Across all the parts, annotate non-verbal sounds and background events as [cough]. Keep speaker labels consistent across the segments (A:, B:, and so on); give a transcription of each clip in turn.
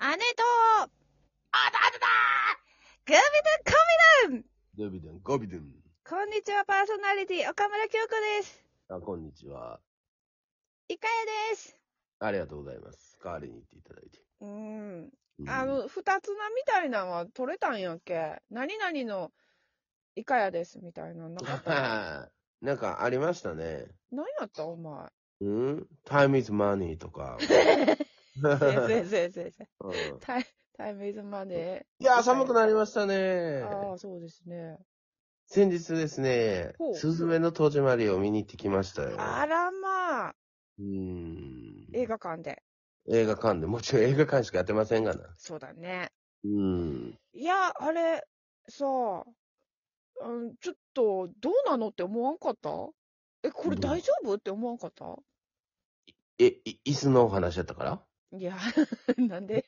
A: 姉と、グービドンコミドン
B: ドビドン、ゴビドン。
A: こんにちは、パーソナリティ、岡村京子です。
B: あ、こんにちは。
A: イカヤです。
B: ありがとうございます。代わりに言っていただいて。
A: うーん。
B: うん
A: あ、の、二つなみたいなのは取れたんやっけ何々のイカヤです、みたいなのなかった。
B: [laughs]
A: [laughs]
B: なんかありましたね。
A: 何やったお前。 [laughs]
B: うんタイムイズマネーとか。
A: せいせいせいせいせい。
B: うん
A: タイ、タイムイズマネ
B: いやー、寒くなりましたね
A: ー。。ああ、そうですね。
B: 先日ですね
A: ほう、
B: スズメの戸締まりを見に行ってきましたよ。
A: あらまあ、
B: うん。
A: 映画館で。
B: 映画館で、もちろん映画館しかやってませんがな。
A: そうだね。
B: うん。
A: いや、あれ、さあ、うん、ちょっと、どうなのって思わんかったえ、これ
B: うん
A: 大丈夫って思わんかった
B: え、い椅子のお話やっ
A: [laughs]
B: たから
A: いや、なん
B: [laughs]
A: で、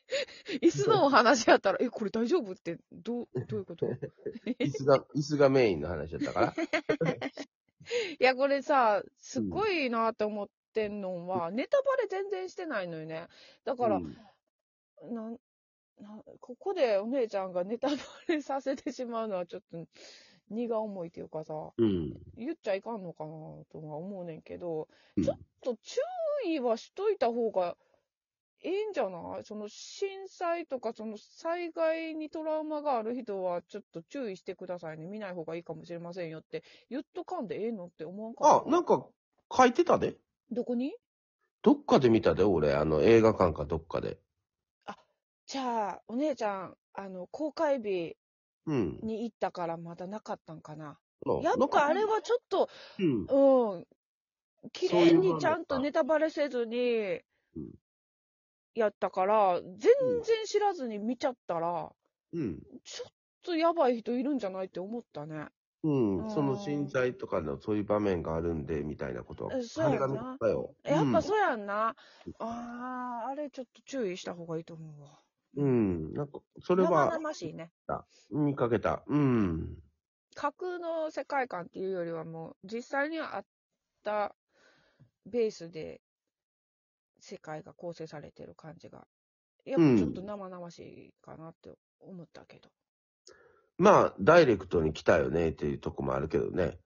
A: 椅子のお話やったら、え、これ大丈夫って、どう、どういうこと
B: [laughs]
A: い
B: 椅子が、椅子がメインの話やっ
A: [laughs]
B: たから
A: や、これさ、すっごいなって思ってんのは、ネタバレ全然してないのよね。だから、
B: うん
A: なん、な、ここでお姉ちゃんがネタバレさせてしまうのは、ちょっと、荷が重いっていうかさ。
B: うん。
A: 言っちゃいかんのかなとは思うねんけど、
B: うん
A: ちょっと注意はしといた方がいいんじゃないその震災とかその災害にトラウマがある人はちょっと注意してくださいね。見ない方がいいかもしれませんよって言っとかんでええのって思わんか
B: あ
A: っ、た
B: なんか書いてたで。
A: どこに
B: どっかで見たで、俺。あの、映画館かどっかで。
A: じゃあ、お姉ちゃん、あの、公開日
B: うん。
A: に行ったからまだなかったんかな。
B: な
A: やっぱあれ、はちょっと、
B: うん。
A: うん。綺
B: そうい
A: 麗
B: うも
A: に
B: ん
A: ちゃんとネタバレせずに
B: うん、
A: やったから、全然知らずに見ちゃったら、
B: うん。
A: ちょっとやばい人いるんじゃないって思ったね。
B: う。
A: うんん
B: その震災とかのそういう場面があるんで、みたいなことは。
A: えそうやな
B: 張り紙だったよ。
A: やっぱ
B: う
A: そうやんな。あー、あれちょっと注意した方がいいと思うわ。
B: ん。うん。なんか、それ
A: 生
B: は
A: 々しいね。
B: 見かけた。うん。
A: 架空の世界観っていうよりはもう、実際にあったベースで世界が構成されてる感じが、やっぱちょっと生々しいかなって思ったけど。
B: まあ、ダイレクトに来たよねっていうとこもあるけどね。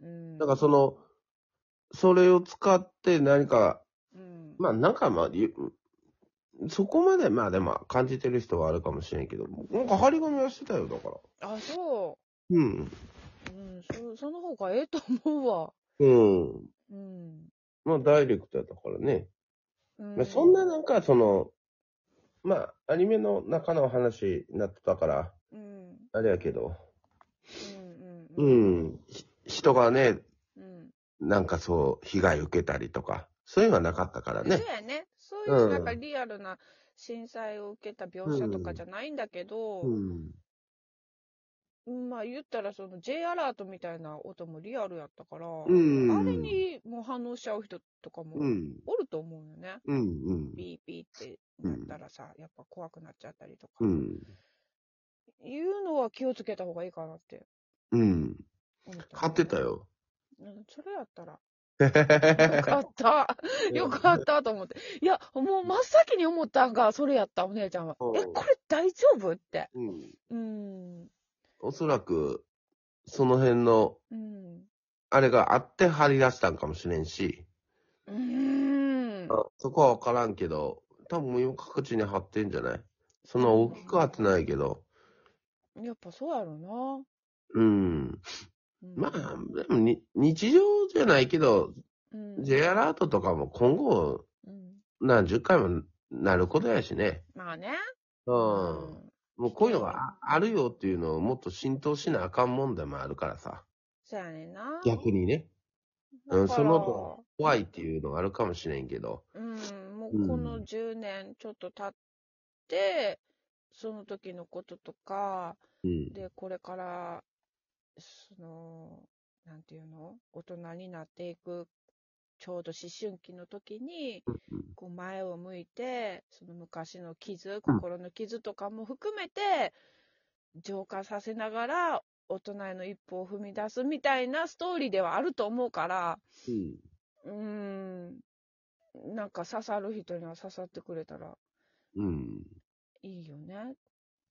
A: うん
B: だからその、それを使って何か、
A: うん、
B: まあ、なんかまあ、ゆそこまで、まあでも感じてる人はあるかもしれんけど、なんか張り紙はしてたよ、だから。
A: あ、そ
B: うん。
A: う。うん、そその方がええと思うわ。
B: うん。
A: うん。
B: まあ、ダイレクトやったからね。
A: うん
B: まあ、そんな、なんか、その、まあ、アニメの中の話になってたから、
A: うん、うん、
B: あれやけど。う
A: うん、
B: ん。ひ人がね、
A: うん。
B: なんかそう、被害受けたりとか、そういうのはなかったから
A: そう
B: ね。
A: やね。そういう、
B: うん
A: なんかリアルな震災を受けた描写とかじゃないんだけど、
B: うん。
A: うんまあ言ったらその J アラートみたいな音もリアルやったから、
B: ん
A: あれにもう反応しちゃう人とかも
B: うん。
A: おると思うよね。
B: うん。うん。
A: ピーピーってなったらさ、やっぱ怖くなっちゃったりとか。
B: うん。
A: いうのは気をつけた方がいいかなって
B: うん。
A: 思った。
B: 買ってたよ。
A: うんそれやったら。よか
B: 買
A: った。よかったと思って。いや、もう真っ先に思ったんが、それやった、お姉ちゃんは
B: う。ん
A: え、これ大丈夫って。
B: うん。
A: うん。
B: おそらく、その辺の、
A: うん。
B: あれがあって張り出したんかもしれんし。
A: うん。
B: あそこは分からんけど、多分今各地に貼ってんじゃないそんな大きく貼ってないけど。
A: やっぱそうやろ
B: うん。
A: な。うん
B: まあ、でもに日常じゃないけど、
A: うん。
B: J アラートとかも今後
A: うん
B: 何十回もなることやしね。
A: まあね。
B: うん。もうこういうのがああるよっていうのをもっと浸透しなあかん問題もあるからさ。
A: そうやねんな。
B: 逆にね。
A: だから
B: うんその後怖いっていうのがあるかもしれんけど。
A: うん、もうこの
B: うん
A: 10年ちょっと経って、その時のこととか、
B: うん。
A: で、これから、その、なんていうの大人になっていく、ちょうど思春期の時に、こう前を向いて、その昔の傷、心の傷とかも含めて、浄化させながら、大人への一歩を踏み出すみたいなストーリーではあると思うから、
B: うん。
A: うーん、なんか刺さる人には刺さってくれたら
B: うん。
A: いいよねっ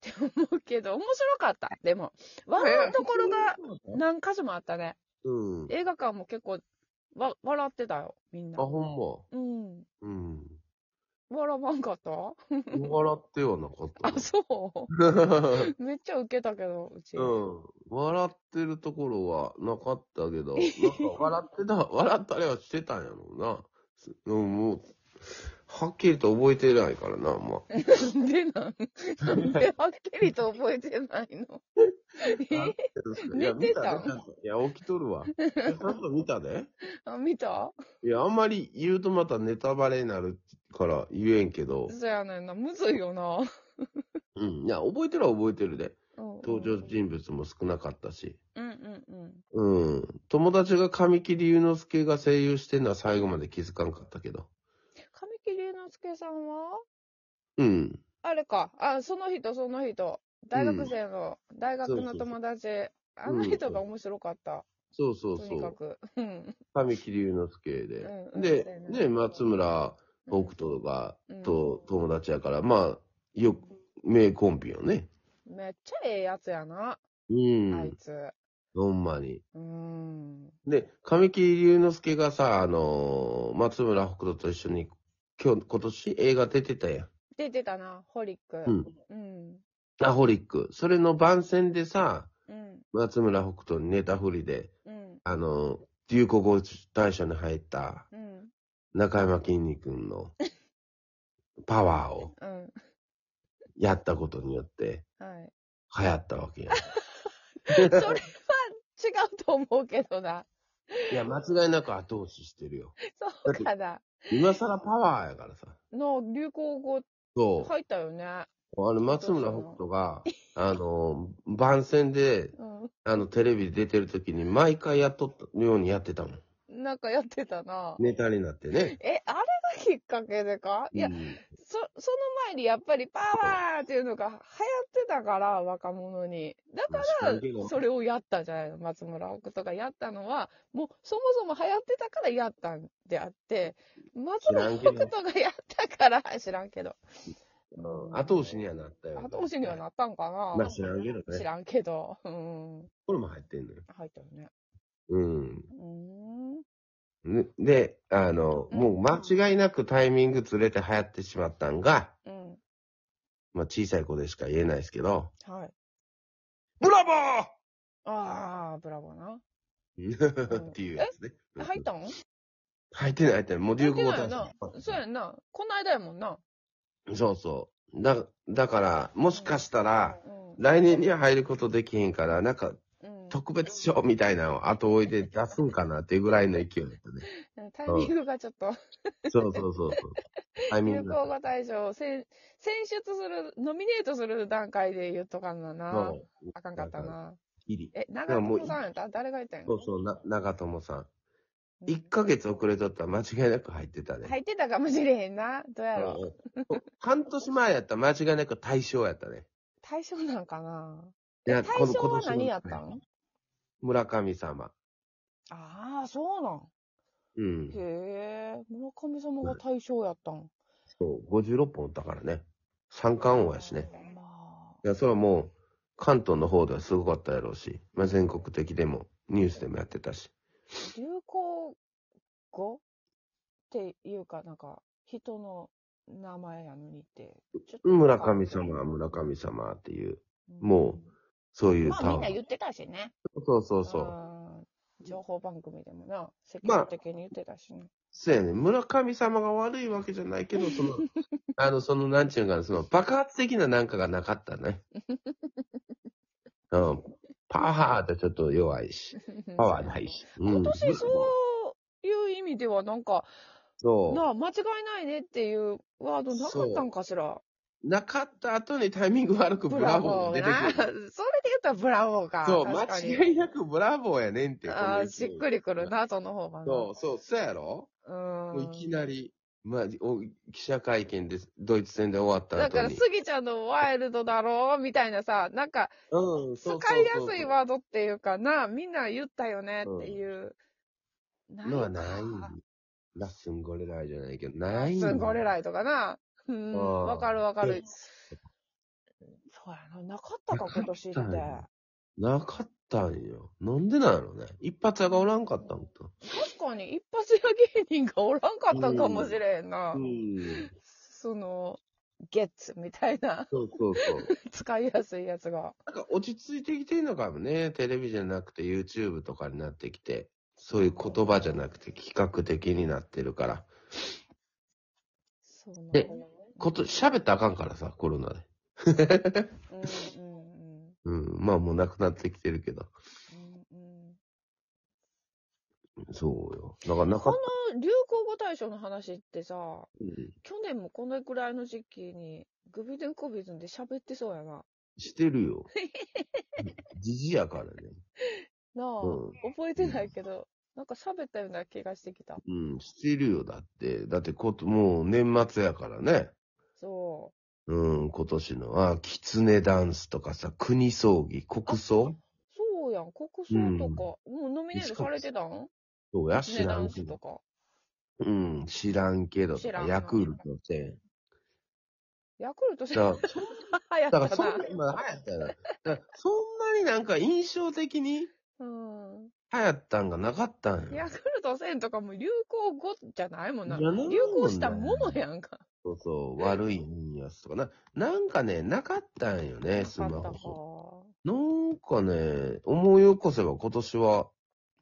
A: て思うけど、面白かった。でも、笑うところが何箇所もあったね。
B: うん。
A: 映画館も結構わ笑ってたよ、みんな。
B: あ、ほ
A: うん。
B: んま。うん。
A: 笑わんかった
B: 笑ってはなかった
A: あ、そ
B: な。 [laughs]
A: う。めっちゃウケたけど、うち。
B: うん。笑ってるところはなかったけ
A: [laughs]
B: ど、なんか笑ってた、笑ったりはしてたんやろうな。すうん、もう、はっきりと覚えてないからな、ま
A: [laughs]
B: あ。
A: なんでなんなんではっきりと覚えてない
B: [laughs]
A: のえ
B: いや、
A: 寝て
B: 見
A: た
B: たで。ちゃんといや、起きとるわ。いやちゃんと見たで。
A: [laughs] あ、見た
B: いや、あんまり言うとまたネタバレになるから言えんけど、
A: そやねんな。むずいよな。
B: うん。いや、覚えてるは覚えてるで。登場
A: 物。
B: 人物も少なかったし。
A: うんうんうん。
B: うん。友達が神木隆之介が声優してんのは最後まで気づかなかったけど。
A: 神木隆之介さんは
B: うん。
A: あれか。あ、その人、その人。大学生の、大学の友達。あの人が面白かった。
B: そうそう
A: と
B: そ
A: にか
B: う。
A: く。うん。
B: 神木隆之介で
A: うん。うん
B: で
A: そうや、な
B: ね、松村
A: うん
B: 北斗が、
A: うん
B: と友達やから、まあ、よ、名コンビよね。
A: めっちゃええやつやな、
B: う
A: あい
B: ん。
A: つ。
B: ほんまに。
A: うん。
B: で、神木隆之介がさ、あのー松村北斗と一緒に、今日、今年映画出てたやん。
A: 出てたな、ホリック。
B: うん。
A: うん。
B: アホリック。それの番宣でさ、
A: うん。
B: 松村北斗にネタ振りで、
A: うん。
B: あのー流行語大賞に入った
A: うん。
B: 中山きんに君のパワーを
A: うん。
B: やったことによって
A: はい。
B: [laughs] 流行ったわけや。
A: それは違うと思うけどな。
B: いや、間違いなく後押ししてるよ。
A: そうかな。
B: 今更パワーやからさ。
A: の流行語
B: そう。
A: 入ったよね。
B: あの、松村北斗が、あの、番宣で、
A: うん。
B: あの、テレビ出てる時に毎回やっとったようにやってたもん。
A: なんかやってたな。
B: ネタになってね。
A: え、あれがきっかけでかいや、
B: うん
A: そ、その前にやっぱりパワーっていうのが流行ってたから、若者に。だから
B: 確かに、
A: それをやったんじゃないの松村北斗がやったのは、もうそもそも流行ってたからやったんであって、松村北斗がやったから、知らんけど。
B: うん後押しにはなったよ。
A: 後押しには
B: っ
A: なったんか
B: た
A: な、
B: まあ知らんけど
A: 知
B: ね。
A: らんけど。うん。
B: これも入ってんのよ。
A: 入ったよね。
B: うん。
A: うーん。
B: ねで、あの、もう間違いなくタイミングずれて流行ってしまったんが、
A: うん。
B: まあ小さい子でしか言えないですけど、
A: はい。
B: ブラボー
A: ああ、ブラボーな。
B: っていうやつね。
A: 入ったん
B: 入ってない、入ってない。もう流
A: 入っ
B: 行
A: てな
B: 語
A: い
B: 大
A: よ
B: 賞
A: な。。そうやんな。この間やもんな。
B: そうそう。だ、だから、もしかしたら、
A: う
B: 来年には入ることできへんから、なんか、
A: ん。うん。
B: 特別賞みたいなのを後追いで出すんかなっていうぐらいの勢いだった
A: [laughs]
B: ね。
A: タイミングがちょっと、
B: そうそうそうそう。タイミ
A: 流
B: ング
A: 行
B: が。
A: 語大賞を選選出する、ノミネートする段階で言っとかんなな。
B: そう。
A: あかんかったな。
B: ギリ。
A: え、
B: か
A: 長
B: らもう
A: 友さんやった誰が言ったんや
B: そうそう、な、長友さん。
A: うん
B: 1ヶ月遅れとったら間違いなく入ってたね。
A: 入ってたかもしれへんな。どうやろう。
B: うんうん半年前やったら間違いなく大賞やったね。
A: 対象なんかない
B: や
A: 対象
B: この
A: は
B: 今年の
A: 何やったん
B: 村神様。
A: ああ、そうなん。
B: うん。
A: へえ、村上様が対象やったん。
B: そう、56本打ったからね。三冠王やしね。
A: まあ。
B: いや、それはもう、関東の方ではすごかったやろうし、まあ、全国的でも、ニュースでもやってたし。
A: 流行語っていうか、なんか、人の名前やのにって。ちょっと
B: 村神様、村神様っていう、もそう
A: う
B: い
A: ん
B: う
A: まあみんな言ってたしね。
B: そうそうそう。
A: うん情報番組でもな、積
B: まあ
A: 極的に言ってたしね。
B: そうやね。村神様が悪いわけじゃないけど、
A: [laughs]
B: その、あの、その、なんちゅうのかな、その、爆発的ななんかがなかっ
A: [laughs]
B: たね。うん。パワーってちょっと弱いし、パワーないし。うん
A: [laughs] 今年そういう意味では、なんか、
B: そう。
A: なあ、間違いないねっていうワードなかったんかしら。
B: なかった後にタイミング悪くブラボー
A: ブ
B: が
A: ラボーな。
B: 出
A: [laughs]
B: て
A: そ
B: く
A: れ
B: る。
A: で言ったらブラボーか。
B: そう、
A: 確
B: 間
A: かに
B: 違いなくブラボーやねんって。
A: ああ、しっく
B: り。
A: りくるな、その方がな。
B: そう、そう、そうやろ
A: う。
B: もうんいきなり、まあ、お記者会見です。ドイツ戦で終わった
A: だか
B: 後
A: ら、
B: に。
A: スギちゃんのワイルドだろうみたいなさ、なんか、
B: うん、
A: 使
B: そうそうそう
A: いやすい。ワードっていうかな、みんな言ったよねっていう。な
B: のはい
A: か
B: ない。ラッスンゴレライじゃないけど、ない。
A: すんごれらいとかな。うん、
B: あー
A: わかるわかる。そうやな。なかったか、今年って。
B: なかったんやなかったんよ。なんでなんやろね。一発屋がおらんかったんと。
A: 確かに、一発屋芸人がおらんかったんかもしれんな。
B: ん。
A: その、ゲッツみたいな、 [laughs]
B: そうそうそう。
A: 使いやすいやつが。
B: なんか落ち着いてきてんのかもね。テレビじゃなくて YouTube とかになってきて。そういう言葉じゃなくて企画的になってるから。
A: そうなんだ
B: で
A: よね。
B: こと、喋ったらあかんからさ、コロナで。
A: うんうんうん。
B: うん。まあもうなくなってきてるけど。
A: うんうん
B: そうよ。だからなか
A: こ
B: った。
A: の流行語大賞の話ってさ、
B: うん
A: 去年もこのくらいの時期に、グビデンコビズンで喋ってそうやな。
B: して
A: [laughs]
B: るよ。じじやからね。
A: なあ、
B: うん
A: 覚えてないけど、なんか喋ったような気がしてきた。
B: うん、してるよ。だって、だってこと、もう年末やからね。
A: そ
B: うん、今年の、あ、キツネダンスとかさ、国葬儀、国葬
A: う。そうやん、国葬とか、もうノミネートされてたん
B: そうや、
A: キツ
B: 知
A: ネ
B: ら
A: ダ
B: ん
A: ン
B: け
A: スと
B: ど。
A: か。
B: うん、知らんけどと
A: 知ら
B: か、
A: ん
B: ヤクルト1000。
A: ヤクルト戦
B: だ
A: 流行 [laughs]
B: から、
A: っ
B: だから
A: た
B: そん
A: な
B: な。、まあ、流行ったよな。だからそんなになんか印象的に
A: うん。
B: 流行ったんがなかったんよ
A: ヤ。クルト戦とかも流行語じゃないもんな。
B: じゃ
A: 流
B: ないもんな
A: 行したものやんか。
B: そうそう、悪いニュースとかな。なんかね、なかったんよね、スマ
A: なかったか
B: ホ。なんかね、思い起こせば今年は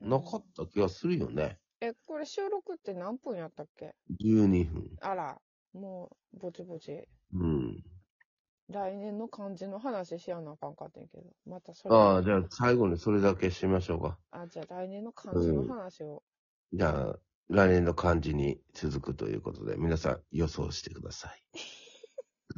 B: なかった気がするよね。
A: え、これ収録って何分やったっけ
B: 12分。
A: あら、もう、ぼちぼち。
B: うん。
A: 来年の漢字の話しやなあかんかってんけど。またそれ。
B: ああ、じゃあ最後にそれだけしましょうか。
A: あじゃあ来年の漢字の話を。
B: じゃあ、来年の漢字に続くということで、皆さん予想してください。